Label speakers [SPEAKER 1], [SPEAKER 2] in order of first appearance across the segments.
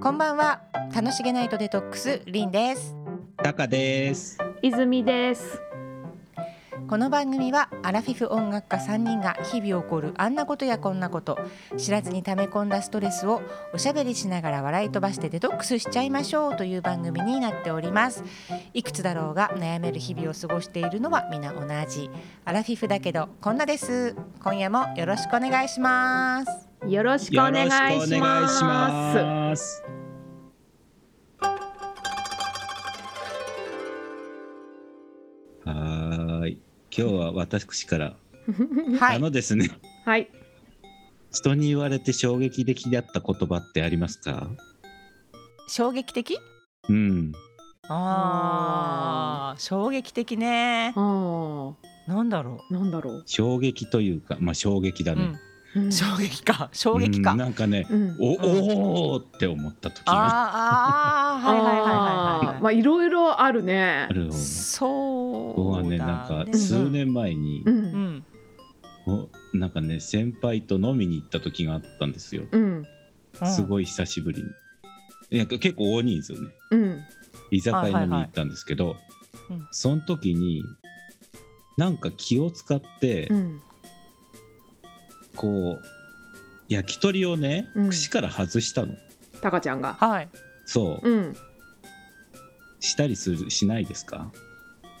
[SPEAKER 1] こんばんは楽しげナイトデトックスりんです
[SPEAKER 2] タカです。
[SPEAKER 3] 泉です。
[SPEAKER 1] この番組はアラフィフ音楽家3人が日々起こるあんなことやこんなこと知らずに溜め込んだストレスをおしゃべりしながら笑い飛ばしてデトックスしちゃいましょうという番組になっておりますいくつだろうが悩める日々を過ごしているのは皆同じアラフィフだけどこんなです今夜もよろしくお願いします
[SPEAKER 3] よろしくお願い
[SPEAKER 2] よろ
[SPEAKER 3] し
[SPEAKER 2] くお願いし
[SPEAKER 3] ま
[SPEAKER 2] ます。はーい。今日は私から、
[SPEAKER 3] す。
[SPEAKER 1] は
[SPEAKER 2] あ
[SPEAKER 1] い
[SPEAKER 2] のですね、
[SPEAKER 3] はい。
[SPEAKER 2] 人に言われて衝撃的だった言葉ってありますか？
[SPEAKER 1] 衝撃的
[SPEAKER 2] うん。
[SPEAKER 1] あー衝撃的ね
[SPEAKER 3] あ
[SPEAKER 1] なんだろ
[SPEAKER 3] あ、なんだろ
[SPEAKER 2] 衝撃というか、まあ衝撃だ
[SPEAKER 1] う、
[SPEAKER 2] ね。
[SPEAKER 3] う。うん
[SPEAKER 1] うん、衝撃か 衝撃
[SPEAKER 2] う
[SPEAKER 1] か
[SPEAKER 2] んなんかね、
[SPEAKER 3] うん。
[SPEAKER 2] おおーって思った時が
[SPEAKER 1] あーあーはいはいはいはい
[SPEAKER 3] あ
[SPEAKER 1] は
[SPEAKER 3] ー
[SPEAKER 1] い、
[SPEAKER 3] まあいろいろあるね
[SPEAKER 2] あ。るよね。
[SPEAKER 1] そう
[SPEAKER 2] 僕はね、なんか数年前に
[SPEAKER 3] う、。
[SPEAKER 1] うんん
[SPEAKER 2] おなんかね、先輩と飲みに行った時があったんですよ。
[SPEAKER 3] うん。
[SPEAKER 2] す
[SPEAKER 1] い、
[SPEAKER 2] ごい久しぶりに。いや結構大人数ね。
[SPEAKER 3] うん。
[SPEAKER 2] 居酒
[SPEAKER 1] はい
[SPEAKER 2] 屋
[SPEAKER 1] はいは
[SPEAKER 2] 飲
[SPEAKER 1] い
[SPEAKER 2] みに行ったんですけど、
[SPEAKER 1] うん
[SPEAKER 2] その時になんか気を使って、
[SPEAKER 3] うん。
[SPEAKER 2] こう焼き鳥をね、
[SPEAKER 3] うん
[SPEAKER 2] 串から外したの。
[SPEAKER 3] タカちゃんが。
[SPEAKER 1] はい
[SPEAKER 2] そう、
[SPEAKER 3] うん。
[SPEAKER 2] したりするしないですか？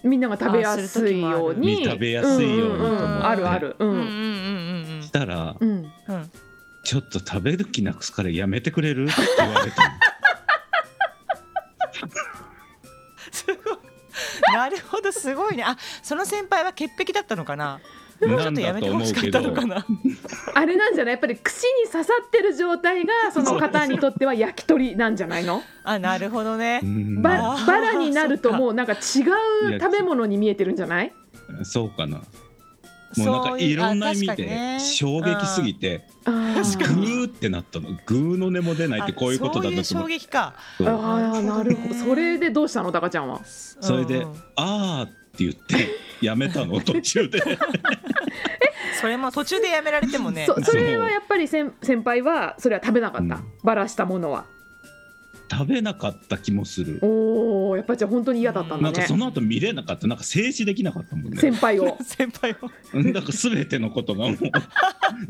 [SPEAKER 3] みんなが食べやすいよう
[SPEAKER 2] あ
[SPEAKER 3] に。
[SPEAKER 2] する時もある食べやすいようにと
[SPEAKER 3] ん
[SPEAKER 2] 思
[SPEAKER 3] ん
[SPEAKER 2] って
[SPEAKER 3] んあるある。う
[SPEAKER 1] うんうん
[SPEAKER 3] ん。
[SPEAKER 1] うん
[SPEAKER 2] したら、
[SPEAKER 3] うん。
[SPEAKER 1] うんうん
[SPEAKER 2] ちょっと食べる気なくすからやめてくれるって言われたの。
[SPEAKER 1] すごいなるほどすごいねあその先輩は潔癖だったのかなもうちょっとやめてほしかったのかな
[SPEAKER 3] あれなんじゃないやっぱり串に刺さってる状態がその方にとっては焼き鳥なんじゃないの
[SPEAKER 1] あなるほどね
[SPEAKER 2] うん
[SPEAKER 3] バ
[SPEAKER 1] あ
[SPEAKER 3] ラ
[SPEAKER 1] ー
[SPEAKER 3] バラになるともうなんか違
[SPEAKER 2] いや
[SPEAKER 3] う食べ物に見えてるんじゃない
[SPEAKER 2] そうかな。もうなんかいろんな意味で衝撃すぎ
[SPEAKER 1] て
[SPEAKER 2] て、
[SPEAKER 3] 確
[SPEAKER 1] 確か
[SPEAKER 2] グ
[SPEAKER 1] に
[SPEAKER 2] ーってなったの。グーの根も出ないってこういうことだ
[SPEAKER 1] そうい
[SPEAKER 2] な
[SPEAKER 1] う
[SPEAKER 2] と思
[SPEAKER 1] 衝
[SPEAKER 2] って。
[SPEAKER 1] 撃か
[SPEAKER 2] そう
[SPEAKER 3] ああなるほど
[SPEAKER 1] ね
[SPEAKER 3] それでどうしたのタカちゃんは
[SPEAKER 2] それで
[SPEAKER 1] うんうん
[SPEAKER 2] 「あー」って言ってやめた の途中で
[SPEAKER 1] それも途中でやめられてもね
[SPEAKER 3] そそれはやっぱり先先輩はそれは食べなかった、
[SPEAKER 2] うん
[SPEAKER 3] バラしたものは
[SPEAKER 2] 食べなかった気もする
[SPEAKER 3] おおやっぱりじゃあ本当に嫌だったん
[SPEAKER 2] な
[SPEAKER 3] だ
[SPEAKER 2] んか
[SPEAKER 3] ね
[SPEAKER 2] その後見れなかったなんか静止できなかったもんね
[SPEAKER 3] 先 輩を
[SPEAKER 1] 先輩は
[SPEAKER 2] なんか全てのことが もう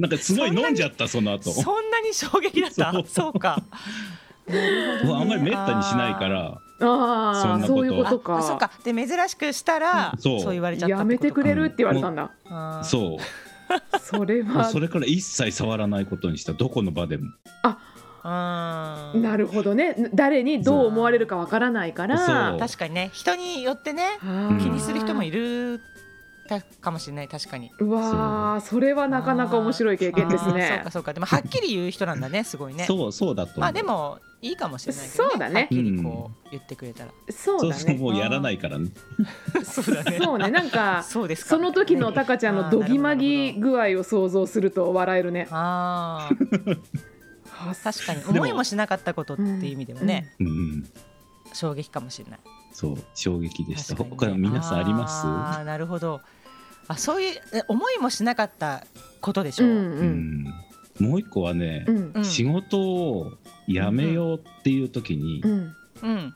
[SPEAKER 2] なんかすごい飲んじゃったその後
[SPEAKER 1] そんなに衝撃だった
[SPEAKER 2] そ
[SPEAKER 1] そううか
[SPEAKER 2] もうあんまりめったにしないからそん
[SPEAKER 3] ああ
[SPEAKER 2] なこと
[SPEAKER 3] そういうこと
[SPEAKER 1] あ
[SPEAKER 3] か
[SPEAKER 1] そうかで珍しくしたら
[SPEAKER 2] そう
[SPEAKER 1] そう言われちゃった
[SPEAKER 3] やめてくれるって言われたんだ
[SPEAKER 1] う
[SPEAKER 2] そう
[SPEAKER 3] そ れ
[SPEAKER 2] もう
[SPEAKER 3] は
[SPEAKER 2] それから一切触らないことにしたどこの場でも
[SPEAKER 1] な
[SPEAKER 3] なるほどね誰にどう思われるかわからないから
[SPEAKER 2] そう
[SPEAKER 1] 確かにね人によってね
[SPEAKER 3] あー
[SPEAKER 1] 気にする人もいるたかもしれない確かに
[SPEAKER 3] うわーそれはなかなか面白い経験です
[SPEAKER 1] あーそう
[SPEAKER 3] ね
[SPEAKER 1] かそうかでもはっきり言う人なんだねすごいね
[SPEAKER 2] そうそうだと思う
[SPEAKER 1] まあでもいいかもしれないけど
[SPEAKER 3] そうだね
[SPEAKER 1] はっきりこう言ってくれたら
[SPEAKER 3] そう
[SPEAKER 2] そう
[SPEAKER 3] だ
[SPEAKER 2] そう
[SPEAKER 3] ね
[SPEAKER 2] もうやらないからね
[SPEAKER 1] そうだね
[SPEAKER 3] そうねなんか
[SPEAKER 1] そうですか
[SPEAKER 3] その時のタカちゃんのどぎまぎ具合を想像すると笑えるね
[SPEAKER 1] ああ
[SPEAKER 3] あー
[SPEAKER 1] 確かに思いもしなかったことっていう意味ではね、
[SPEAKER 2] うんうん
[SPEAKER 1] 衝撃かもしれない。
[SPEAKER 2] そう衝撃でした
[SPEAKER 1] 確かに
[SPEAKER 2] 他
[SPEAKER 1] ね
[SPEAKER 2] 皆さんありま
[SPEAKER 1] あーなるほど。あそういうえ思いもしなかったことでし
[SPEAKER 3] う
[SPEAKER 1] ょう。
[SPEAKER 2] す
[SPEAKER 3] んうん
[SPEAKER 2] うんもう一個はね
[SPEAKER 3] うん
[SPEAKER 1] うん
[SPEAKER 2] 仕事を辞めようっていう時に、
[SPEAKER 3] うん
[SPEAKER 1] うん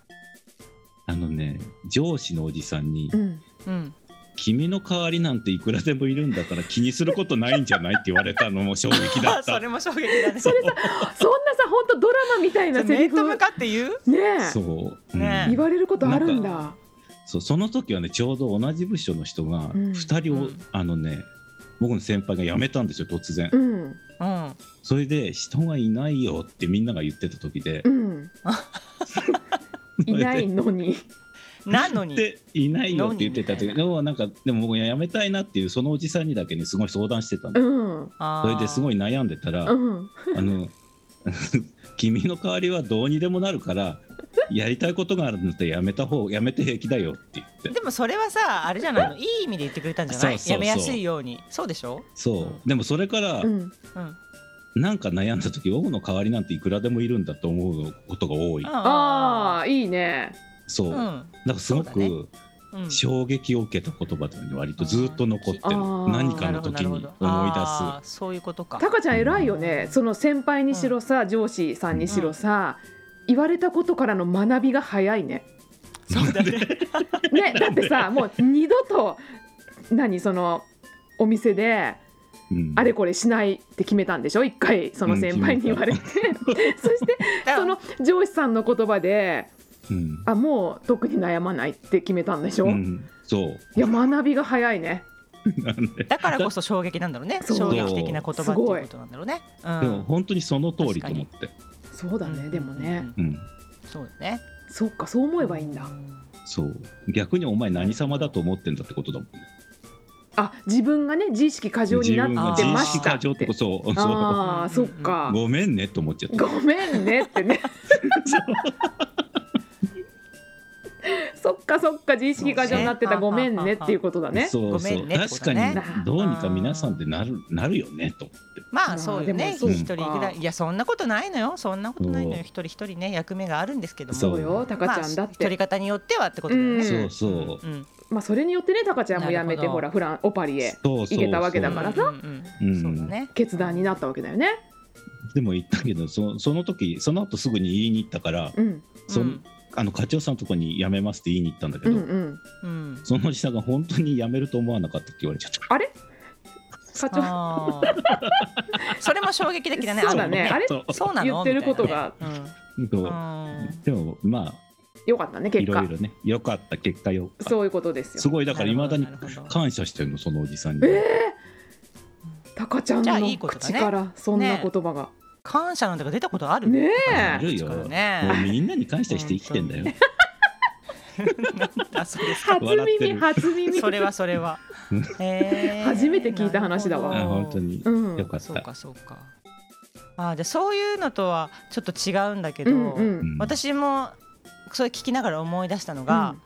[SPEAKER 2] あのね上司のおじさんに
[SPEAKER 3] うん
[SPEAKER 1] うん。
[SPEAKER 2] 「君の代わりなんていくらでもいるんだから気にすることないんじゃない?」って言われたの も衝撃だ
[SPEAKER 1] あ
[SPEAKER 2] っ た
[SPEAKER 1] それも衝撃だね。
[SPEAKER 2] そう
[SPEAKER 3] そんなさ本当ドラマみたいなセリ
[SPEAKER 1] 面と
[SPEAKER 3] フ
[SPEAKER 1] 向
[SPEAKER 3] ね
[SPEAKER 1] かって言う？
[SPEAKER 2] そ
[SPEAKER 3] え
[SPEAKER 2] う,うん、
[SPEAKER 1] ね
[SPEAKER 3] 言われることあるん
[SPEAKER 1] なん
[SPEAKER 3] だ
[SPEAKER 2] そうその時はねちょうど同じ部署の人が
[SPEAKER 3] うん
[SPEAKER 2] 2人を、
[SPEAKER 1] うん
[SPEAKER 2] あのね僕の先輩が辞めたんですよ突然、
[SPEAKER 3] うん
[SPEAKER 1] うん。
[SPEAKER 2] それで人がいないよってみんなが言ってた時で
[SPEAKER 3] う、んいないのに
[SPEAKER 1] なのに。
[SPEAKER 2] でいないよって言ってた時でもなんかでも僕辞めたいなっていうそのおじさんにだけねすごい相談してたの、
[SPEAKER 3] うん
[SPEAKER 1] あ
[SPEAKER 2] それですご
[SPEAKER 1] い。
[SPEAKER 2] い悩んでたら、
[SPEAKER 3] うん
[SPEAKER 2] あの 君の代わりはどうにでもなるからやりたいことがあるんだったらやめた方やめて平気だよって言って
[SPEAKER 1] でもそれはさあれじゃないのいい意味で言ってくれたんじゃない
[SPEAKER 2] そうそうそう
[SPEAKER 1] やめやすいようにそうでしょ
[SPEAKER 2] そう、
[SPEAKER 1] うん
[SPEAKER 2] でもそれから
[SPEAKER 3] うん
[SPEAKER 1] うん
[SPEAKER 2] なんか悩んだ時僕の代わりなんていくらでもいるんだと思うことが多い
[SPEAKER 3] ああいいね
[SPEAKER 2] そう、
[SPEAKER 1] う
[SPEAKER 2] なん
[SPEAKER 1] ん
[SPEAKER 2] かすご
[SPEAKER 1] そうだね
[SPEAKER 2] く
[SPEAKER 1] うん
[SPEAKER 2] 衝撃を受けた言葉というのは割とずっと残ってる、
[SPEAKER 3] うん
[SPEAKER 2] 何か
[SPEAKER 1] なる
[SPEAKER 2] の
[SPEAKER 1] ほどな
[SPEAKER 2] 時
[SPEAKER 1] るほ
[SPEAKER 2] に
[SPEAKER 1] ど
[SPEAKER 2] 思い
[SPEAKER 1] あ
[SPEAKER 2] 出
[SPEAKER 1] ーそういうことか
[SPEAKER 3] タカちゃん偉いよねその先輩にしろさ上司さんにしろさ言われたことからの学びが早いね。
[SPEAKER 2] そうだね。
[SPEAKER 3] ね、だってさ、もう二度と、何、その、お店で、
[SPEAKER 2] うん
[SPEAKER 3] あれこれしないって決めたんでしょ一回、その先輩に言われて。 そして、その上司さんの言葉で、
[SPEAKER 2] うん
[SPEAKER 3] あ、もう特に悩まないって決めたんでしょ、
[SPEAKER 2] うんそう。
[SPEAKER 3] いや、学びが早いね。
[SPEAKER 2] なんで
[SPEAKER 1] だからこそ衝撃なんだろうね
[SPEAKER 3] そう
[SPEAKER 1] 衝撃的な言葉っていうことなんだろうね、うん、
[SPEAKER 2] でも本当にその通りと思って。
[SPEAKER 3] そうだね、でもね。
[SPEAKER 1] うん
[SPEAKER 2] うん。
[SPEAKER 1] そうだね
[SPEAKER 3] そっか、そう思えばいいんだ。
[SPEAKER 2] そう。逆にお前何様だと思ってんだってことだもんね。
[SPEAKER 3] あ、自分がね、自意識過剰に
[SPEAKER 2] 自分
[SPEAKER 3] な
[SPEAKER 2] が
[SPEAKER 3] っ
[SPEAKER 2] 自
[SPEAKER 3] て
[SPEAKER 1] 分
[SPEAKER 2] 意
[SPEAKER 3] ま
[SPEAKER 2] 識
[SPEAKER 3] し
[SPEAKER 2] 過
[SPEAKER 3] たって。
[SPEAKER 2] 剰ってこそ、そ
[SPEAKER 3] ああ、そっか。
[SPEAKER 2] う。ごめんねって思っちゃった。
[SPEAKER 3] ごめんねってね。そっかそっか自意識過剰になってたごめんねっていうことだね。
[SPEAKER 2] そう
[SPEAKER 1] ご
[SPEAKER 2] そ
[SPEAKER 1] め
[SPEAKER 2] う。
[SPEAKER 1] んねってこ
[SPEAKER 2] 確
[SPEAKER 1] と
[SPEAKER 2] か
[SPEAKER 1] ね
[SPEAKER 2] にどうにか皆さんでなるなるよねと思って。
[SPEAKER 1] まあそうよ
[SPEAKER 3] ま
[SPEAKER 1] ね
[SPEAKER 3] あで
[SPEAKER 1] 一、
[SPEAKER 2] もそう
[SPEAKER 1] 人ぐらいいやそんなことないのよそんなことないのよ
[SPEAKER 2] そう
[SPEAKER 1] 一人一人ね役目があるんですけども
[SPEAKER 2] そう
[SPEAKER 3] そうよタカちゃんだっ
[SPEAKER 1] まあ、取
[SPEAKER 3] て。
[SPEAKER 1] り方によってはってことだよね、
[SPEAKER 3] うん
[SPEAKER 2] そうそ
[SPEAKER 1] うんうん
[SPEAKER 3] まあそれによってねタカちゃんもやめ
[SPEAKER 1] なる
[SPEAKER 3] て
[SPEAKER 1] ほど
[SPEAKER 3] ほらフランオパリ
[SPEAKER 2] う。
[SPEAKER 3] へ
[SPEAKER 2] そうそう
[SPEAKER 3] いけたわけだからさ
[SPEAKER 1] うんうん
[SPEAKER 2] う
[SPEAKER 1] うんんそうだね
[SPEAKER 3] 決断になったわけだよね。
[SPEAKER 2] でも言ったけどそその時その後すぐに言いに行ったから
[SPEAKER 3] うん
[SPEAKER 2] そ、
[SPEAKER 1] うんん
[SPEAKER 2] あの課長さんのとこに辞めますって言いに行ったんだけ
[SPEAKER 3] う
[SPEAKER 2] ど、
[SPEAKER 3] んうん。
[SPEAKER 1] うん、
[SPEAKER 2] そのおじさんが本当に辞めると思わなかったって言われちゃった。
[SPEAKER 3] あれ課長
[SPEAKER 1] あーそれも衝撃的だね
[SPEAKER 3] そうだね
[SPEAKER 1] あ
[SPEAKER 3] あれ
[SPEAKER 2] そう
[SPEAKER 1] そうなの
[SPEAKER 3] 言ってることが
[SPEAKER 1] みたいなね
[SPEAKER 2] そ
[SPEAKER 1] う
[SPEAKER 2] う
[SPEAKER 1] んうん
[SPEAKER 2] でもまあ
[SPEAKER 3] 良かったね
[SPEAKER 2] い
[SPEAKER 3] 結
[SPEAKER 2] ろい
[SPEAKER 3] 果。
[SPEAKER 2] ろね良かった結果よかった
[SPEAKER 3] そういうことです
[SPEAKER 2] す
[SPEAKER 3] よ。
[SPEAKER 2] ごいだからいまだに
[SPEAKER 1] なるほどなるほど
[SPEAKER 2] 感謝してるのそのおじさんに、
[SPEAKER 3] ええー。タカちゃん
[SPEAKER 1] じゃあいい
[SPEAKER 3] の
[SPEAKER 1] ことだね
[SPEAKER 3] 口からそんな言葉が。
[SPEAKER 1] 感謝なんてか出たことある
[SPEAKER 3] ね
[SPEAKER 2] あ
[SPEAKER 3] え。
[SPEAKER 2] るよ、
[SPEAKER 1] 力
[SPEAKER 2] もう
[SPEAKER 1] ね
[SPEAKER 2] みんなに感謝して生きてんだよ、
[SPEAKER 1] あそうですか
[SPEAKER 3] 初
[SPEAKER 2] 笑って
[SPEAKER 3] 耳
[SPEAKER 2] る
[SPEAKER 3] 初 耳。
[SPEAKER 1] それはそれ は、えー
[SPEAKER 3] 初めて聞いた話だわ
[SPEAKER 1] な
[SPEAKER 2] あ
[SPEAKER 1] るほど
[SPEAKER 2] 本当に
[SPEAKER 3] うん。
[SPEAKER 2] よかった、
[SPEAKER 1] そうかそうかあじゃあそういうのとはちょっと違うんだけ
[SPEAKER 3] う
[SPEAKER 1] ど、
[SPEAKER 3] んうん。
[SPEAKER 2] うん
[SPEAKER 1] 私もそれ聞きながら思い出したのが、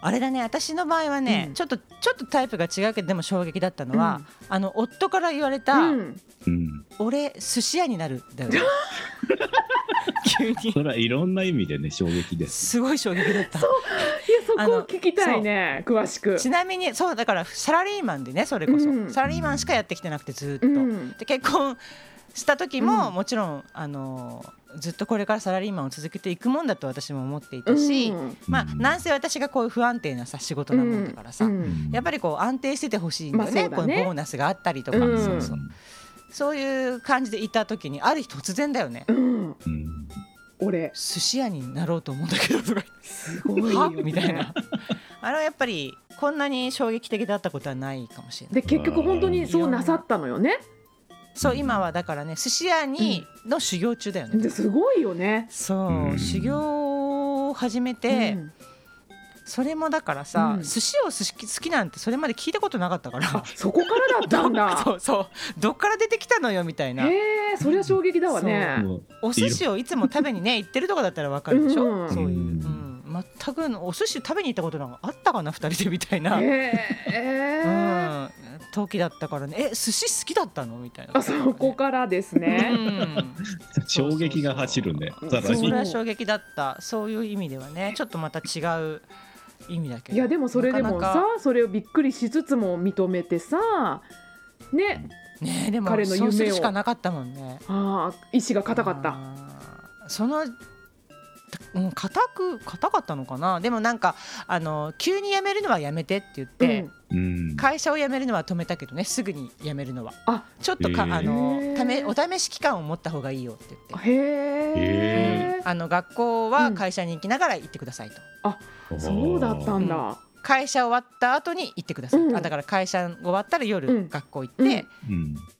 [SPEAKER 1] あれだね私の場合はね、
[SPEAKER 3] うん
[SPEAKER 1] ちょっとちょっとタイプが違うけどでも衝撃だった
[SPEAKER 3] う
[SPEAKER 1] の
[SPEAKER 3] ん
[SPEAKER 1] は、あの夫から言われた「
[SPEAKER 3] うん、
[SPEAKER 2] うん、
[SPEAKER 1] 俺寿司屋になる」だ よね急に
[SPEAKER 2] それはいろんな意味でね衝撃です
[SPEAKER 1] すごい衝撃だった
[SPEAKER 3] いやそ
[SPEAKER 1] あ
[SPEAKER 3] こ
[SPEAKER 1] の
[SPEAKER 3] 聞きたいね詳しく。
[SPEAKER 1] ちなみにそうだからサラリーマンでねそれこそ、
[SPEAKER 3] うん
[SPEAKER 1] サラリーマンしかやってきてなくてずーっと、
[SPEAKER 3] うん
[SPEAKER 1] で結婚した時も、
[SPEAKER 3] うん
[SPEAKER 1] もちろんあのずっとこれからサラリーマンを続けていくもんだと私も思っていたし、
[SPEAKER 3] うん
[SPEAKER 1] まあ
[SPEAKER 2] うん
[SPEAKER 1] なんせ私がこういう不安定なさ仕事なもんだからさ、
[SPEAKER 3] うん
[SPEAKER 1] やっぱりこう安定しててほしいんだよね,、
[SPEAKER 3] まあそうだね
[SPEAKER 1] こういうボーナスがあったりとか、
[SPEAKER 3] うん
[SPEAKER 1] そうそうそういう感じでいた時にある日突然だよね、
[SPEAKER 3] うん、
[SPEAKER 2] うん
[SPEAKER 3] 俺
[SPEAKER 1] 寿司屋になろうと思うんだけどとか
[SPEAKER 3] すご いよ、
[SPEAKER 1] は
[SPEAKER 3] ね、
[SPEAKER 1] みたいなあれはやっぱりこんなに衝撃的だったことはないかもしれない。
[SPEAKER 3] で結局本当にそうなさったのよね
[SPEAKER 1] そう今はだからね寿司屋にの修行中だよね、
[SPEAKER 3] ですごいよね
[SPEAKER 1] そう、
[SPEAKER 2] うん
[SPEAKER 1] 修行を始めて、
[SPEAKER 3] うん
[SPEAKER 1] それもだからさ、
[SPEAKER 3] うん
[SPEAKER 1] 寿司をすし好きなんてそれまで聞いたことなかったから
[SPEAKER 3] そこからだったんだ
[SPEAKER 1] そうそうどっから出てきたのよみたいな
[SPEAKER 3] へえそりゃ衝撃だわね
[SPEAKER 2] もう
[SPEAKER 1] お寿司をいつも食べ にね行ってるとかだったらわかるでしょ、
[SPEAKER 3] うん
[SPEAKER 1] そういう、う
[SPEAKER 2] うん
[SPEAKER 1] ん、全くのお寿司食べに行ったことなんかあったかな二人でみたいな、
[SPEAKER 3] へ
[SPEAKER 1] う
[SPEAKER 3] え
[SPEAKER 1] ん、時だったからねえ寿司好きだったのみたいな
[SPEAKER 3] あそこからですね
[SPEAKER 1] うん
[SPEAKER 2] 衝撃が走るね
[SPEAKER 3] そう
[SPEAKER 2] さ
[SPEAKER 3] そう
[SPEAKER 2] ら
[SPEAKER 1] そ
[SPEAKER 2] に
[SPEAKER 1] れは衝撃だったそういう意味ではねちょっとまた違う意味だけど
[SPEAKER 3] いやでもそれでも
[SPEAKER 1] なか
[SPEAKER 3] さ
[SPEAKER 1] なか
[SPEAKER 3] それをびっくりしつつも認めてさね
[SPEAKER 1] ねえでも
[SPEAKER 3] 彼の夢を
[SPEAKER 1] そうするしかなかったもんね
[SPEAKER 3] あー意志が固かった
[SPEAKER 1] たそのうん固く固かったのかなでもなんかあの急に辞めるのはやめてって言って、
[SPEAKER 3] うん
[SPEAKER 2] うん
[SPEAKER 1] 会社を辞めるのは止めたけどねすぐに辞めるのは
[SPEAKER 3] あ
[SPEAKER 1] ちょっとか、
[SPEAKER 2] へえ
[SPEAKER 1] あのため
[SPEAKER 3] へえ
[SPEAKER 1] お試し期間を持った方がいいよって言って
[SPEAKER 3] へえ
[SPEAKER 1] あの学校は会社に行きながら行ってくださいと、
[SPEAKER 3] そうだったんだ、
[SPEAKER 1] 会社終わった後に行ってください、
[SPEAKER 3] うん
[SPEAKER 1] あだから会社終わったら夜、
[SPEAKER 3] うん
[SPEAKER 1] 学校行って、
[SPEAKER 3] うん
[SPEAKER 2] うん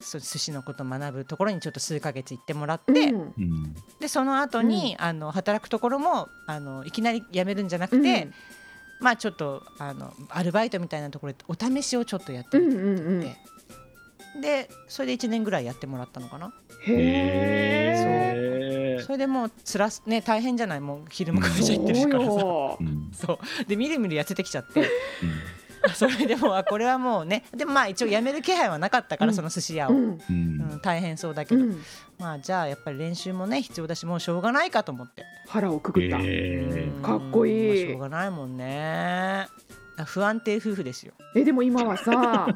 [SPEAKER 1] そう寿司のこと学ぶところにちょっと数ヶ月行ってもらって、
[SPEAKER 3] うん
[SPEAKER 2] うん
[SPEAKER 1] でその後に、あの働くところもあのいきなり辞めるんじゃなくて、
[SPEAKER 3] うん
[SPEAKER 1] まあちょっとあのアルバイトみたいなところでお試しをちょっとやって
[SPEAKER 3] う
[SPEAKER 1] み
[SPEAKER 3] ん
[SPEAKER 1] て、
[SPEAKER 3] うんうん、へ
[SPEAKER 1] でそれで1年ぐらいやってもらったのかな、
[SPEAKER 3] え
[SPEAKER 2] へ
[SPEAKER 1] それでもうつらすね大変じゃないもう昼も会
[SPEAKER 2] そ
[SPEAKER 1] 社
[SPEAKER 2] う
[SPEAKER 1] 行ってるからさ。
[SPEAKER 2] ーうん
[SPEAKER 1] そう でみるみる痩せてきちゃって
[SPEAKER 2] うん
[SPEAKER 1] それでもうあこれはもうねでもまあ一応辞める気配はなかったから、
[SPEAKER 3] うん
[SPEAKER 1] その寿司屋を、
[SPEAKER 3] う
[SPEAKER 1] うん
[SPEAKER 3] ん
[SPEAKER 2] うん
[SPEAKER 1] 大変そうだけ
[SPEAKER 3] う
[SPEAKER 1] ど、
[SPEAKER 3] ん、
[SPEAKER 1] まあじゃあやっぱり練習もね必要だしもうしょうがないかと思って
[SPEAKER 3] 腹をくくった、
[SPEAKER 2] へー
[SPEAKER 1] うん
[SPEAKER 3] かっこいい
[SPEAKER 1] まあしょうがないもんね不安定夫婦ですよ。
[SPEAKER 3] えでも今は さ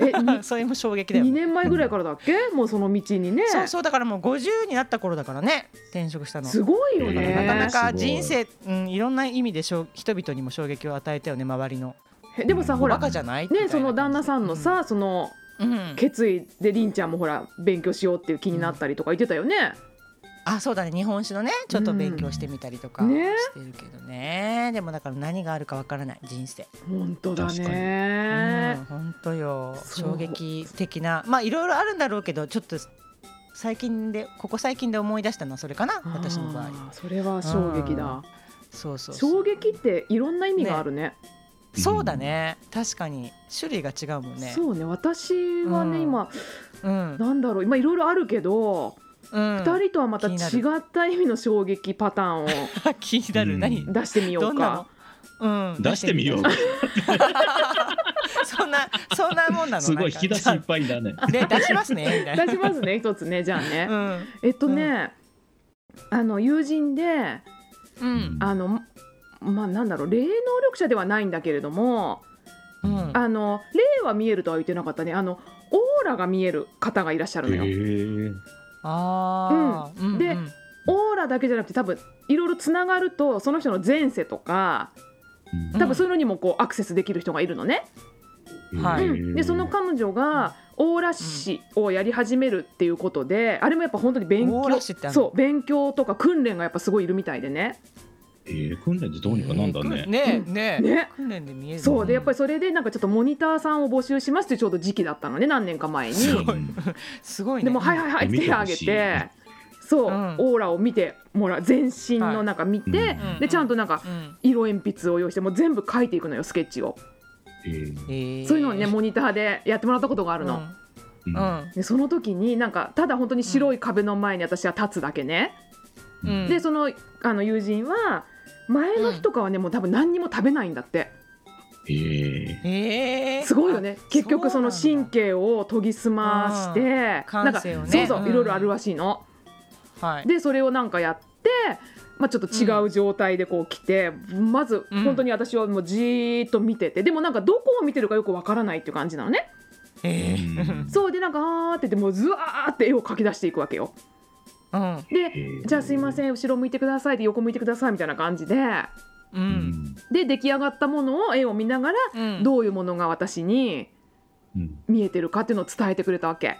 [SPEAKER 3] えに
[SPEAKER 1] それも衝撃だよ
[SPEAKER 3] 2
[SPEAKER 1] ね。
[SPEAKER 3] 年前ぐらいからだっけもうその道にね
[SPEAKER 1] そうそうだからもう50になった頃だからね転職したの。
[SPEAKER 3] すごいよね、
[SPEAKER 1] なかなか
[SPEAKER 2] すごい
[SPEAKER 1] 人生、うん、いろんな意味でしょ人々にも衝撃を与えたよね周りの。
[SPEAKER 3] えでもさほら
[SPEAKER 1] バカじゃないみたい
[SPEAKER 3] ね
[SPEAKER 1] な
[SPEAKER 3] その旦那さんのさ、その
[SPEAKER 1] うん、
[SPEAKER 3] 決意でりんちゃんもほら勉強しようっていう気になったりとか言ってたよね、
[SPEAKER 1] あそうだね日本史のねちょっと勉強してみたりとか
[SPEAKER 3] う
[SPEAKER 1] し
[SPEAKER 3] んね
[SPEAKER 1] てるけどね,、でもだから何があるかわからない人生、
[SPEAKER 3] 本当だ
[SPEAKER 2] 確かに
[SPEAKER 3] ね
[SPEAKER 1] うん本当よ
[SPEAKER 3] そう
[SPEAKER 1] 衝撃的なまあいろいろあるんだろうけどちょっと最近でここ最近で思い出したのはそれかな
[SPEAKER 3] あー
[SPEAKER 1] 私の場合
[SPEAKER 3] それは衝撃だ
[SPEAKER 1] そうそうそう
[SPEAKER 3] 衝撃っていろんな意味があるね
[SPEAKER 1] そうだね確かに種類が違うもんね
[SPEAKER 3] そうね私はね、
[SPEAKER 1] うん
[SPEAKER 3] 今
[SPEAKER 1] うん、
[SPEAKER 3] なんだろう今いろいろあるけど、
[SPEAKER 1] うん、
[SPEAKER 3] 二人とはまた
[SPEAKER 1] 気
[SPEAKER 3] 違
[SPEAKER 1] になる
[SPEAKER 3] った意味の衝撃パターンを
[SPEAKER 1] 気になる、
[SPEAKER 2] うん
[SPEAKER 1] 何
[SPEAKER 3] 出してみよ
[SPEAKER 1] ど
[SPEAKER 3] うん
[SPEAKER 1] な
[SPEAKER 3] か。
[SPEAKER 1] の、うん、
[SPEAKER 2] 出してみよう。
[SPEAKER 1] そんなそんなもんなの
[SPEAKER 2] すごい引き出しい
[SPEAKER 1] な
[SPEAKER 2] っ
[SPEAKER 1] んか
[SPEAKER 2] ぱいだね。
[SPEAKER 1] じゃあで出し ますねみたい
[SPEAKER 3] 出
[SPEAKER 1] な
[SPEAKER 3] しま すね一つねじゃあね。
[SPEAKER 1] うん
[SPEAKER 3] えっとね、あの友人で
[SPEAKER 1] うん
[SPEAKER 3] あのまあなんだろう霊能力者ではないんだけれども
[SPEAKER 1] うん
[SPEAKER 3] あの霊は見えるとは言ってなかったねあのオーラが見える方がいらっしゃるのよ。
[SPEAKER 2] へえ
[SPEAKER 1] あー、うん、
[SPEAKER 3] でオーラだけじゃなくて多分いろいろつながるとその人の前世とか多分そういうのにもこうアクセスできる人がいるのね。
[SPEAKER 1] はい
[SPEAKER 3] うん、でその彼女がオーラ師をやり始めるっていうことで、あれもやっぱ本当に勉
[SPEAKER 1] オー
[SPEAKER 3] 強
[SPEAKER 1] ラ師ってあるの
[SPEAKER 3] そう勉強とか訓練がやっぱすごいいるみたいでね
[SPEAKER 2] ええ訓練ってどうにかなんだね。
[SPEAKER 1] ねね
[SPEAKER 3] ね
[SPEAKER 1] 訓練で見える
[SPEAKER 3] そうでやっぱり
[SPEAKER 1] り
[SPEAKER 3] それでなんかちょっとモニターさんを募集しますっていうちょうど時期だったのね何年か前に
[SPEAKER 2] すごい
[SPEAKER 1] すごいね
[SPEAKER 3] でも「はいはいはい」って
[SPEAKER 2] 見
[SPEAKER 3] 手
[SPEAKER 2] て
[SPEAKER 3] 挙
[SPEAKER 2] ほ
[SPEAKER 3] げ
[SPEAKER 2] しい
[SPEAKER 3] てそ
[SPEAKER 1] う
[SPEAKER 3] う、
[SPEAKER 1] ん
[SPEAKER 3] オーラを見てもらう全身のなんか見て、
[SPEAKER 2] はい
[SPEAKER 1] うん
[SPEAKER 3] でちゃんとなんか
[SPEAKER 1] うん
[SPEAKER 3] 色鉛筆を用意してもう全部書いていくのよスケッチを、
[SPEAKER 2] えー
[SPEAKER 1] えー
[SPEAKER 3] そういうのをねモニターでやってもらったことがあるの、
[SPEAKER 2] うん
[SPEAKER 1] うん
[SPEAKER 3] でその時になんかただ本当に白い壁の前に私は立つだけね、
[SPEAKER 1] うん
[SPEAKER 3] でそのあの友人は前の日とかはね、もう多分何にも食べないんだって
[SPEAKER 2] ええ
[SPEAKER 1] えー
[SPEAKER 3] すごいよね
[SPEAKER 1] あ
[SPEAKER 3] 結局その
[SPEAKER 1] うな
[SPEAKER 3] 神
[SPEAKER 1] んだ
[SPEAKER 3] 経を研ぎ澄まして、
[SPEAKER 1] うん
[SPEAKER 3] なんか、
[SPEAKER 1] 感性をね
[SPEAKER 3] そうそう
[SPEAKER 1] うん
[SPEAKER 3] いろいろあるらしいの。
[SPEAKER 1] はい
[SPEAKER 3] でそれをなんかやって、まあ、ちょっと違う状態でこう来て、まず
[SPEAKER 1] うん
[SPEAKER 3] 本当に私はもうじーっと見ててでもなんかどこを見てるかよくわからないっていう感じなのね。
[SPEAKER 1] えー
[SPEAKER 3] そうでなんかあーって言ってもうずわーって絵を描き出していくわけよ。
[SPEAKER 1] うん
[SPEAKER 3] でじゃあすいません後ろ向いてくださいで横向いてくださいみたいな感じで
[SPEAKER 1] う
[SPEAKER 2] うんん
[SPEAKER 3] で出来上がったものを絵を見ながら
[SPEAKER 1] うん
[SPEAKER 3] どういうものが私に
[SPEAKER 2] うん
[SPEAKER 3] 見えてるかっていうのを伝えてくれたわけ、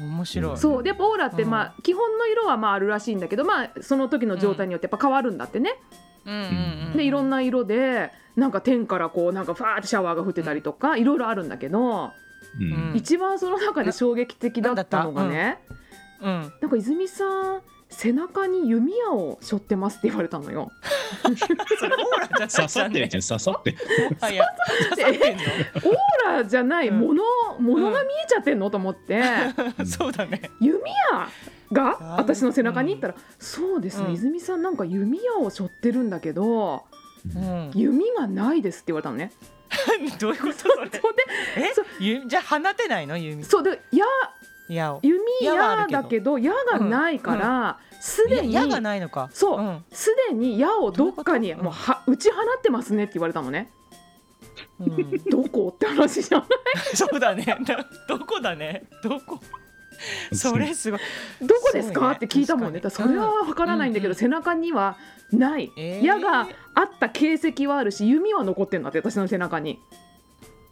[SPEAKER 1] 面白い
[SPEAKER 3] そうでやっぱオーラって、
[SPEAKER 1] うん
[SPEAKER 3] まあ、基本の色はまああるらしいんだけど、まあ、その時の状態によってやっぱ変わるんだってね、
[SPEAKER 1] うんうんうん
[SPEAKER 3] でいろんな色でなんか天からこうなんかファーってシャワーが降ってたりとかいろいろあるんだけど、
[SPEAKER 2] うん
[SPEAKER 3] 一番その中で衝撃的だったのが
[SPEAKER 1] な
[SPEAKER 3] ね
[SPEAKER 1] うん
[SPEAKER 3] なんか泉さん背中に弓矢を背負ってますって言われたのよ。
[SPEAKER 1] それオーラじゃない
[SPEAKER 2] 刺さってるじゃん刺さってる
[SPEAKER 1] ゃんいや刺さってんの
[SPEAKER 3] オーラじゃない
[SPEAKER 1] うん
[SPEAKER 3] もの、ものが見えちゃってんのと思って。
[SPEAKER 2] ん
[SPEAKER 1] そうだね。
[SPEAKER 3] 弓矢が
[SPEAKER 1] あー
[SPEAKER 3] 私の背中に行ったら、そうですね、
[SPEAKER 1] うん
[SPEAKER 3] 泉さんなんか弓矢を背負ってるんだけど
[SPEAKER 1] うん、
[SPEAKER 3] 弓がないですって言われたのね。
[SPEAKER 1] どういうことそ
[SPEAKER 3] そ
[SPEAKER 1] れ
[SPEAKER 3] う
[SPEAKER 1] え
[SPEAKER 3] そう
[SPEAKER 1] ゆじゃあ放てないの弓
[SPEAKER 3] でそうで矢
[SPEAKER 1] 矢を
[SPEAKER 3] 弓
[SPEAKER 1] 矢はあ
[SPEAKER 3] 矢
[SPEAKER 1] るけど
[SPEAKER 3] だけど矢がないからすで、
[SPEAKER 1] や矢が
[SPEAKER 3] に
[SPEAKER 1] ないのか
[SPEAKER 3] そう
[SPEAKER 1] うん
[SPEAKER 3] すでに矢をどっかに
[SPEAKER 1] どういうこと
[SPEAKER 3] もうは打ち放ってますねって言われたのね。
[SPEAKER 1] うん、
[SPEAKER 3] どこって話じゃん。
[SPEAKER 1] そうだね などこだねどこそれすごい
[SPEAKER 3] どこです
[SPEAKER 1] そう
[SPEAKER 3] か
[SPEAKER 1] ね
[SPEAKER 3] って聞いたもんね。
[SPEAKER 1] 確か
[SPEAKER 3] そ
[SPEAKER 1] に
[SPEAKER 3] れはわからないんだけど、
[SPEAKER 1] うん
[SPEAKER 3] 背中にはない、
[SPEAKER 1] えー
[SPEAKER 3] 矢があった形跡はあるし弓は残ってんだって私の背中に。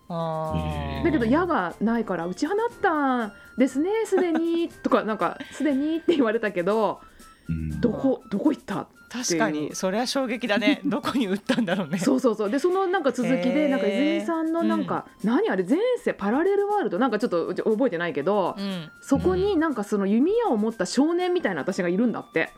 [SPEAKER 1] あー
[SPEAKER 3] だけど
[SPEAKER 2] う
[SPEAKER 3] 矢がないから打ち放ったんですねすでにとかなんかすでにって言われたけど
[SPEAKER 2] うん
[SPEAKER 3] どこどこ行った
[SPEAKER 1] 確かにそれは衝撃だ ねどこに打ったんだろうね
[SPEAKER 3] そうそうそうでそのなんか続き
[SPEAKER 1] へ
[SPEAKER 3] で
[SPEAKER 1] ー
[SPEAKER 3] なんか泉さんのなんか、何あれ前世パラレルワールドなんかちょっとうち覚えてないけど、
[SPEAKER 1] うん
[SPEAKER 3] そこになんかその弓矢を持った少年みたいな私がいるんだって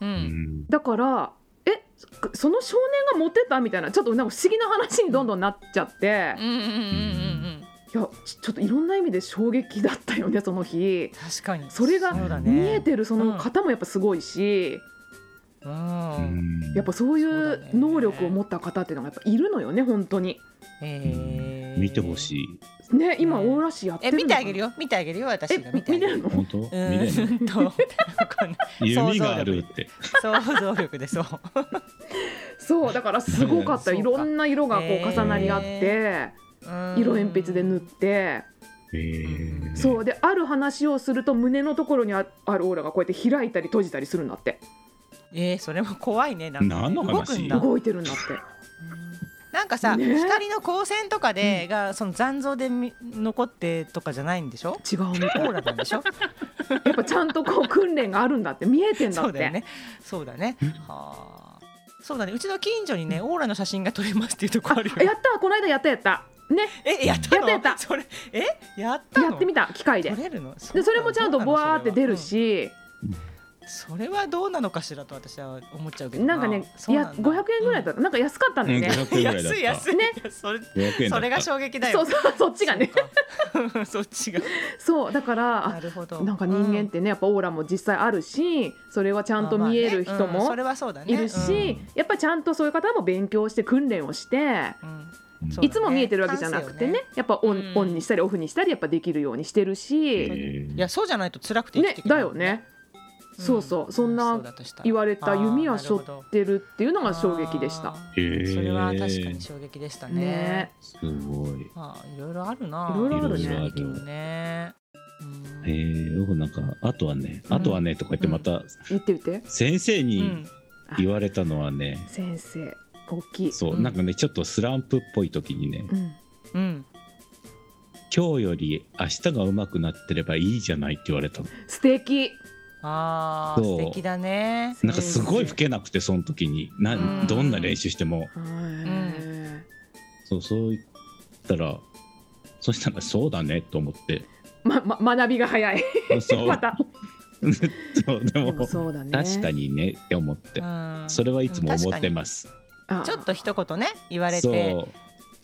[SPEAKER 1] う
[SPEAKER 2] うんん
[SPEAKER 3] だからえそその少年が持ってたみたいなちょっとなんか不思議な話にどんどんなっちゃって
[SPEAKER 1] うんう、んうんうんうん
[SPEAKER 3] いやちちょっといろんな意味で衝撃だったよねその日。
[SPEAKER 1] 確かに
[SPEAKER 3] それが
[SPEAKER 1] うだね
[SPEAKER 3] 見えてるその方もやっぱすごいし、
[SPEAKER 1] う
[SPEAKER 2] うんん
[SPEAKER 3] やっぱそうい
[SPEAKER 1] そうだ
[SPEAKER 3] う
[SPEAKER 1] ね
[SPEAKER 3] 能力を持った方っていうのがやっぱいるのよね本当に
[SPEAKER 1] えー
[SPEAKER 2] 見てほしい
[SPEAKER 3] ね今
[SPEAKER 1] ね
[SPEAKER 3] オーラ師やって
[SPEAKER 1] え
[SPEAKER 3] る
[SPEAKER 1] 見てあげる
[SPEAKER 3] よ
[SPEAKER 1] よ見てあげるよ私
[SPEAKER 3] え
[SPEAKER 1] が
[SPEAKER 3] 見
[SPEAKER 1] 見て
[SPEAKER 3] て
[SPEAKER 1] あげる
[SPEAKER 3] るの
[SPEAKER 2] 本当見
[SPEAKER 1] う
[SPEAKER 2] れる
[SPEAKER 1] ーん とわかんない
[SPEAKER 2] 弓があるって
[SPEAKER 1] 想像力でそう
[SPEAKER 3] そうだからすごかった
[SPEAKER 1] そう
[SPEAKER 3] い
[SPEAKER 1] か
[SPEAKER 3] ろんな色がこう
[SPEAKER 1] へー
[SPEAKER 3] 重なり合って色鉛筆で塗って
[SPEAKER 2] へえ
[SPEAKER 3] そうである話をすると胸のところにああるオーラがこうやって開いたり閉じたりするんだって
[SPEAKER 1] えー、それも怖いねなんか
[SPEAKER 2] 何の
[SPEAKER 1] 動くん
[SPEAKER 2] 話
[SPEAKER 1] だ
[SPEAKER 3] 動いてるんだって
[SPEAKER 1] なんかさ、
[SPEAKER 3] ね
[SPEAKER 1] 光の光線とかで、がその残像でみ残ってとかじゃないんでしょ
[SPEAKER 3] 違うみ
[SPEAKER 1] オ
[SPEAKER 3] たい
[SPEAKER 1] ーラなんでしょ
[SPEAKER 3] やっぱちゃんとこう訓練があるんだって見えてんだ
[SPEAKER 1] そ
[SPEAKER 3] っ
[SPEAKER 1] うだよ
[SPEAKER 3] て
[SPEAKER 1] ねそうだねはあそうだねうちの近所にねオーラの写真が撮れますっていうとこあるよ
[SPEAKER 3] あや
[SPEAKER 1] ね
[SPEAKER 3] ったこの間やったやったね
[SPEAKER 1] えやったの
[SPEAKER 3] やったやった
[SPEAKER 1] それえやったの
[SPEAKER 3] やってみた機械で
[SPEAKER 1] 撮れるの
[SPEAKER 3] でそれもちゃんとボワーって出る、
[SPEAKER 1] そう
[SPEAKER 3] し
[SPEAKER 1] なのそれはどうなのかしらと私は思っちゃうけど
[SPEAKER 3] なんかね
[SPEAKER 1] そう
[SPEAKER 3] い
[SPEAKER 1] な
[SPEAKER 3] や
[SPEAKER 1] んだ
[SPEAKER 3] 500円ぐらいだったなんか安かったんだよね
[SPEAKER 2] うん500円ぐらいだった
[SPEAKER 1] 安い安い
[SPEAKER 3] ね
[SPEAKER 1] いやそれ
[SPEAKER 2] 500円だ
[SPEAKER 1] そ
[SPEAKER 2] っ
[SPEAKER 1] れ
[SPEAKER 2] た
[SPEAKER 1] が衝撃だ
[SPEAKER 3] そ
[SPEAKER 1] よ
[SPEAKER 3] うそうそっちがね
[SPEAKER 1] そうか そっちが
[SPEAKER 3] そうだからあ
[SPEAKER 1] なるほど
[SPEAKER 3] なんか人間ってねやっぱオーラも実際あるしそれはちゃんと見える人
[SPEAKER 1] まあまあねうん
[SPEAKER 3] も
[SPEAKER 1] それはそうだね
[SPEAKER 3] いるし、やっぱちゃんとそういう方も勉強して訓練をして
[SPEAKER 1] うんうん
[SPEAKER 2] うん
[SPEAKER 1] そうだね
[SPEAKER 3] いつも見えてるわけじゃなくて
[SPEAKER 1] 感
[SPEAKER 3] ね
[SPEAKER 1] 性
[SPEAKER 3] やっぱオン,、
[SPEAKER 1] うん
[SPEAKER 3] オンにしたりオフにしたりやっぱできるようにしてる
[SPEAKER 2] へ
[SPEAKER 3] し、
[SPEAKER 2] え
[SPEAKER 1] いやそうじゃないと辛くて生き
[SPEAKER 3] ね
[SPEAKER 1] ていけな
[SPEAKER 3] だ
[SPEAKER 1] い
[SPEAKER 3] よ
[SPEAKER 1] もん
[SPEAKER 3] ね、そうそうそん
[SPEAKER 1] そう
[SPEAKER 3] な
[SPEAKER 1] だとしたら
[SPEAKER 3] 言われた弓は背負
[SPEAKER 1] あーなるほど
[SPEAKER 3] ってるっていうのが衝撃でした。
[SPEAKER 1] あ
[SPEAKER 2] へ
[SPEAKER 1] ー
[SPEAKER 2] ー
[SPEAKER 1] それは確かに衝撃でしたね
[SPEAKER 3] ね
[SPEAKER 2] すごい
[SPEAKER 1] まあいろいろあるない
[SPEAKER 3] ろいろあるね
[SPEAKER 1] 衝撃もねうん
[SPEAKER 2] えー、僕なんかあとはね「あとはね」とか言ってまた
[SPEAKER 3] 言ってみて
[SPEAKER 2] 先生
[SPEAKER 1] う
[SPEAKER 2] に
[SPEAKER 1] ん
[SPEAKER 2] 言われたのはね、
[SPEAKER 3] 先生大きい、
[SPEAKER 2] そう、
[SPEAKER 1] うん
[SPEAKER 2] なんかねちょっとスランプっぽい時にね
[SPEAKER 3] うん、
[SPEAKER 1] うん
[SPEAKER 2] 「今日より明日が上手くなってればいいじゃない」って言われたの
[SPEAKER 3] 素敵
[SPEAKER 1] あー
[SPEAKER 2] そ
[SPEAKER 1] 素
[SPEAKER 2] う
[SPEAKER 1] 敵だね
[SPEAKER 2] なんかすごい老けなくてその時にな
[SPEAKER 1] うん
[SPEAKER 2] どんな練習しても
[SPEAKER 3] はい
[SPEAKER 2] そうそう言ったらそしたら「そうだね」と思って
[SPEAKER 3] まま学びが早い
[SPEAKER 2] そう
[SPEAKER 3] また
[SPEAKER 2] そうで
[SPEAKER 3] で
[SPEAKER 2] も
[SPEAKER 3] もそうだね
[SPEAKER 2] 確かにねって思って
[SPEAKER 1] うん
[SPEAKER 2] それはいつも思ってます。
[SPEAKER 3] あ
[SPEAKER 1] ちょっと一言ね言われて
[SPEAKER 2] そう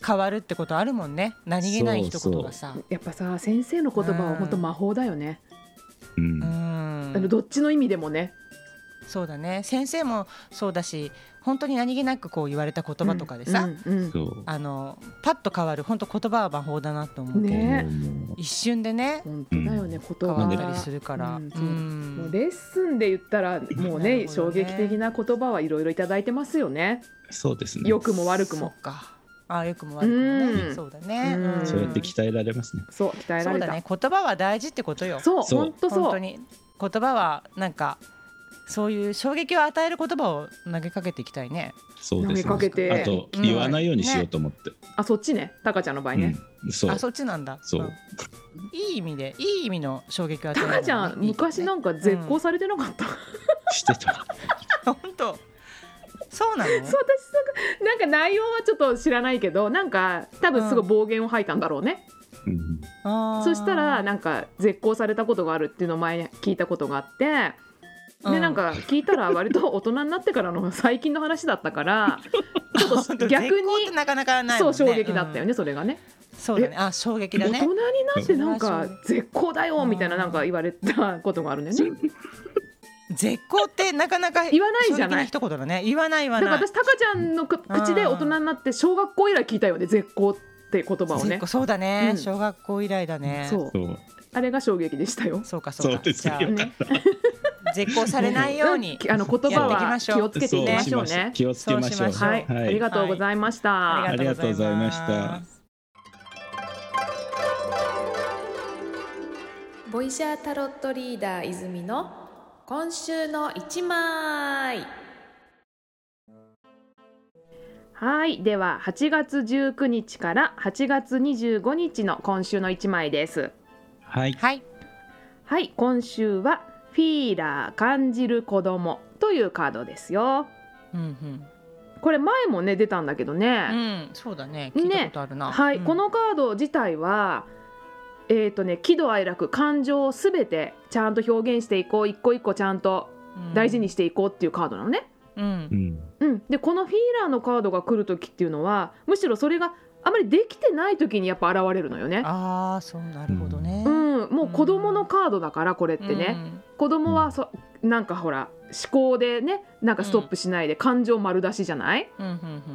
[SPEAKER 1] 変わるってことあるもんね何気ない一言がさ
[SPEAKER 3] やっぱさ先生の言葉は本当魔法だよね、
[SPEAKER 2] うん
[SPEAKER 1] うん
[SPEAKER 3] あのどっちの意味でもね
[SPEAKER 1] そうだね先生もそうだし本当に何気なくこう言われた言葉とかでさ、
[SPEAKER 3] うんうんうん
[SPEAKER 2] そう
[SPEAKER 1] あのパッと変わる本当言葉は魔法だなと思う、
[SPEAKER 3] ね
[SPEAKER 2] もう
[SPEAKER 1] 一瞬でね
[SPEAKER 3] 本当だよね、言
[SPEAKER 1] 変
[SPEAKER 3] 葉
[SPEAKER 1] わ
[SPEAKER 3] が
[SPEAKER 1] ったりするから、
[SPEAKER 3] うんそう
[SPEAKER 1] うん
[SPEAKER 3] もうレッスンで言ったらもう
[SPEAKER 1] な
[SPEAKER 3] ね
[SPEAKER 1] るほど
[SPEAKER 3] 衝
[SPEAKER 1] ね
[SPEAKER 3] 撃的な言葉はいろいろいただいてますよね
[SPEAKER 2] そうですね
[SPEAKER 3] 良くも悪くも
[SPEAKER 1] そっかああよくも悪くもね、
[SPEAKER 3] うん
[SPEAKER 1] そうだね、
[SPEAKER 3] うん
[SPEAKER 1] ん
[SPEAKER 2] そうやって鍛えられますね。
[SPEAKER 3] そう鍛えら
[SPEAKER 1] そう
[SPEAKER 3] れ
[SPEAKER 1] だ
[SPEAKER 3] た
[SPEAKER 1] ね言葉は大事ってことよ
[SPEAKER 3] そう
[SPEAKER 2] そう
[SPEAKER 3] 本当
[SPEAKER 1] 本
[SPEAKER 3] そ
[SPEAKER 1] 当
[SPEAKER 3] う
[SPEAKER 1] に言葉はなんかそういう衝撃を与える言葉を投げかけていきたいね
[SPEAKER 2] そうですね。
[SPEAKER 3] 舐めかけて
[SPEAKER 2] あと
[SPEAKER 1] うん
[SPEAKER 2] 言わないようにしようと思って。
[SPEAKER 3] あそっちねタカちゃんの場合ね、
[SPEAKER 2] うん、そう
[SPEAKER 1] あそっちなんだ
[SPEAKER 2] そうん
[SPEAKER 1] いい意味でいい意味の衝撃を与え
[SPEAKER 3] タ
[SPEAKER 1] るの
[SPEAKER 3] カ
[SPEAKER 1] がね
[SPEAKER 3] ちゃん昔なんか絶好されてなかった、
[SPEAKER 2] してた。
[SPEAKER 1] 本当そうなの
[SPEAKER 3] そう私なんか内容はちょっと知らないけどなんか多分すごい暴言を吐いたんだろうね、
[SPEAKER 2] うん
[SPEAKER 1] あー
[SPEAKER 3] そしたらなんか絶交されたことがあるっていうのを前に聞いたことがあって
[SPEAKER 1] う
[SPEAKER 3] でなんか聞いたら割と大人になってからの最近の話だっ たからちょっ
[SPEAKER 1] 本
[SPEAKER 3] と
[SPEAKER 1] 当
[SPEAKER 3] 逆
[SPEAKER 1] 絶
[SPEAKER 3] に
[SPEAKER 1] 好ってなかなかない
[SPEAKER 3] そ
[SPEAKER 1] もん
[SPEAKER 3] う
[SPEAKER 1] ね
[SPEAKER 3] 衝撃だった
[SPEAKER 1] ね、
[SPEAKER 3] よねそれがね
[SPEAKER 1] うんそうだねあ衝撃だ
[SPEAKER 3] 大
[SPEAKER 1] ね
[SPEAKER 3] 人になってなんか
[SPEAKER 1] それは
[SPEAKER 3] 絶交だよみたいな
[SPEAKER 1] うん
[SPEAKER 3] なんか言われたことがあるんだよね
[SPEAKER 1] 絶好ってなかなか
[SPEAKER 3] 言わないじゃな
[SPEAKER 1] 衝撃
[SPEAKER 3] い
[SPEAKER 1] 一言だね言わない言わ
[SPEAKER 3] だから
[SPEAKER 1] ない
[SPEAKER 3] 私タカちゃんのく口で大人になって小学校以来聞いたよね絶交って言葉を
[SPEAKER 1] 絶
[SPEAKER 3] ね
[SPEAKER 1] 好そうだね、
[SPEAKER 3] うん
[SPEAKER 1] 小学校以来だね
[SPEAKER 3] そう
[SPEAKER 2] そう。
[SPEAKER 3] あれが衝撃でしたよ
[SPEAKER 1] そうかそう
[SPEAKER 2] そう
[SPEAKER 1] か
[SPEAKER 2] です
[SPEAKER 1] じゃ
[SPEAKER 2] よ。
[SPEAKER 3] ね
[SPEAKER 2] よかった
[SPEAKER 1] あ絶好されないように
[SPEAKER 3] んあの言葉
[SPEAKER 1] やっていきま
[SPEAKER 3] は
[SPEAKER 1] し
[SPEAKER 3] 気
[SPEAKER 1] ょう
[SPEAKER 3] をつけていきましょ
[SPEAKER 2] そ
[SPEAKER 3] う
[SPEAKER 2] うしま
[SPEAKER 3] ね
[SPEAKER 2] し気をつけましょう。
[SPEAKER 1] そうしま
[SPEAKER 3] はい、
[SPEAKER 2] はい
[SPEAKER 3] ありがとうございました、
[SPEAKER 2] ありがとうございました。
[SPEAKER 4] ボイシャータロットリーダー泉の今週の一枚
[SPEAKER 3] はい、では8月19日から8月25日の今週の一枚です。
[SPEAKER 2] はい。
[SPEAKER 1] はい
[SPEAKER 3] はい、今週はフィーラー感じる子供というカードですよ。
[SPEAKER 1] うん
[SPEAKER 3] これ前もね出たんだけど
[SPEAKER 1] うん、う
[SPEAKER 3] ね。
[SPEAKER 1] ん、そうだね聞いたことあるな、
[SPEAKER 3] はい、
[SPEAKER 1] うん
[SPEAKER 3] このカード自体は。えーとね、喜怒哀楽感情をすべてちゃんと表現していこう一個一個ちゃんと大事に、していこうっていうカードなのね。
[SPEAKER 1] うん
[SPEAKER 2] うん。
[SPEAKER 3] うん、でこのフィーラーのカードが来る時っていうのはむしろそれがあまりできてない時にやっぱ現れるのよね。
[SPEAKER 1] ああそうなるほどね、
[SPEAKER 3] うん、もう子供のカードだからこれってね、子供はそなんかほら思考でねなんかストップしないで感情丸出しじゃない、
[SPEAKER 1] うん、う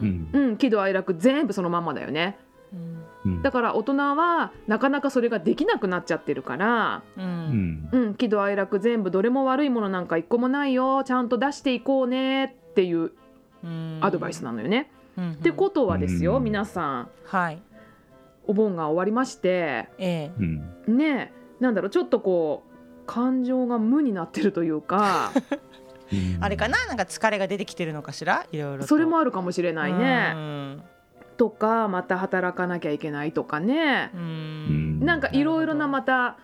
[SPEAKER 1] んう
[SPEAKER 2] うんん
[SPEAKER 3] う。ん、喜怒哀楽全部そのまんまだよね
[SPEAKER 1] うん
[SPEAKER 2] うん
[SPEAKER 3] だ。から大人はなかなかそれができなくなっちゃってるから、
[SPEAKER 1] う
[SPEAKER 2] うんん。
[SPEAKER 3] うん、喜怒哀楽全部どれも悪いものなんか一個もないよちゃんと出していこうねっていう
[SPEAKER 1] うん
[SPEAKER 3] アドバイスなのよね。
[SPEAKER 1] うんうん
[SPEAKER 3] ってことはですよ、
[SPEAKER 2] うん
[SPEAKER 3] 皆さん
[SPEAKER 1] はい
[SPEAKER 3] お盆が終わりまして
[SPEAKER 1] ええ
[SPEAKER 2] うん、
[SPEAKER 3] ねえなんだろうちょっとこう感情が無になってるとい うか
[SPEAKER 2] うん
[SPEAKER 1] あれかななんか疲れが出てきてるのかしらいろいろと
[SPEAKER 3] それもあるかもしれないね
[SPEAKER 1] う。ん
[SPEAKER 3] とかまた働かなきゃいけないとかね
[SPEAKER 1] う、
[SPEAKER 2] うん
[SPEAKER 1] ん
[SPEAKER 3] なんかいろいろな
[SPEAKER 1] な
[SPEAKER 3] また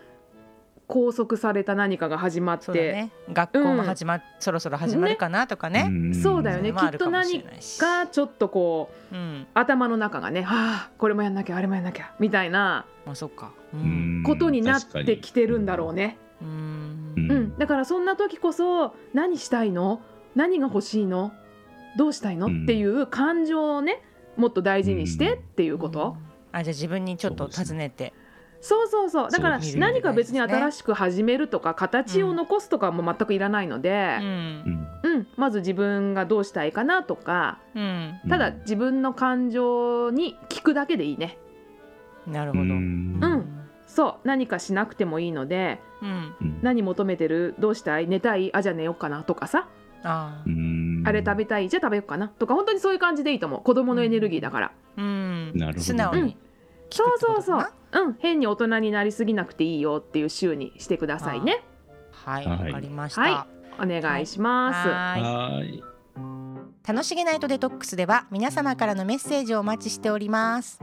[SPEAKER 3] 拘束された何かが始まっ
[SPEAKER 1] そうだ
[SPEAKER 3] て。
[SPEAKER 1] ね学校も始まっそろそろ始まるかなとかね
[SPEAKER 2] ん
[SPEAKER 3] そうだよ
[SPEAKER 1] そ
[SPEAKER 3] ね
[SPEAKER 1] れもあるかもしれないし
[SPEAKER 3] がちょっとこう
[SPEAKER 1] うん
[SPEAKER 3] 頭の中がね、はあ、これもやんなきゃあれもやんなきゃみたいな
[SPEAKER 1] まあそっかう
[SPEAKER 2] うんん
[SPEAKER 3] ことになってきてるんだろうね、
[SPEAKER 1] う
[SPEAKER 2] うんん
[SPEAKER 3] うんだからそんな時こそ何したいの何が欲しいのどうしたいの、
[SPEAKER 2] うん
[SPEAKER 3] っていう感情をねもっと大事にしてっていうこと、
[SPEAKER 1] あじゃあ自分にちょっと尋ねて
[SPEAKER 3] そうそうそうだから
[SPEAKER 2] そうですね
[SPEAKER 3] 何か別に新しく始めるとか形を残すとかも全くいらないの
[SPEAKER 1] う
[SPEAKER 3] で、
[SPEAKER 1] ん
[SPEAKER 2] 確か
[SPEAKER 3] うんまず自分がどうしたいかなとか
[SPEAKER 1] うん
[SPEAKER 2] に
[SPEAKER 3] ただ自分の感情に聞くだけでいいね。
[SPEAKER 1] なる
[SPEAKER 2] う
[SPEAKER 1] ほど
[SPEAKER 2] ん
[SPEAKER 3] うんそう何かしなくてもいいので
[SPEAKER 1] うん
[SPEAKER 2] うん
[SPEAKER 3] 何求めてるどうしたい寝たいあじゃあ寝ようかなとかさ、
[SPEAKER 1] あ
[SPEAKER 2] う
[SPEAKER 1] ー
[SPEAKER 2] ん
[SPEAKER 3] あれ食べたいじゃあ食べようかなとか本当にそういう感じでいいと思う子供のエネルギーだから、
[SPEAKER 1] うん
[SPEAKER 2] なるほど
[SPEAKER 1] 素直
[SPEAKER 3] うん
[SPEAKER 1] に聞
[SPEAKER 3] そう
[SPEAKER 1] くって
[SPEAKER 3] そ
[SPEAKER 1] こ
[SPEAKER 3] う
[SPEAKER 1] と
[SPEAKER 3] そ
[SPEAKER 1] かな
[SPEAKER 3] ううん変に大人になりすぎなくていいよっていう週にしてくださいね
[SPEAKER 1] はい
[SPEAKER 2] はい
[SPEAKER 1] わかりました
[SPEAKER 3] はいお願いします、
[SPEAKER 1] はーい
[SPEAKER 2] はーい
[SPEAKER 1] 楽しげナイトデトックスでは皆様からのメッセージをお待ちしております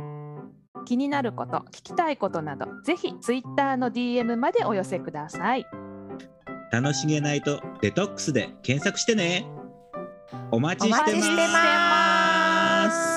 [SPEAKER 5] 気になること聞きたいことなどぜひツイッターの DM までお寄せください
[SPEAKER 2] 楽しげないとデトックスで検索してねお待
[SPEAKER 1] お
[SPEAKER 2] ちし
[SPEAKER 1] 待
[SPEAKER 2] て
[SPEAKER 1] ち
[SPEAKER 2] ま
[SPEAKER 1] して
[SPEAKER 2] す
[SPEAKER 1] ます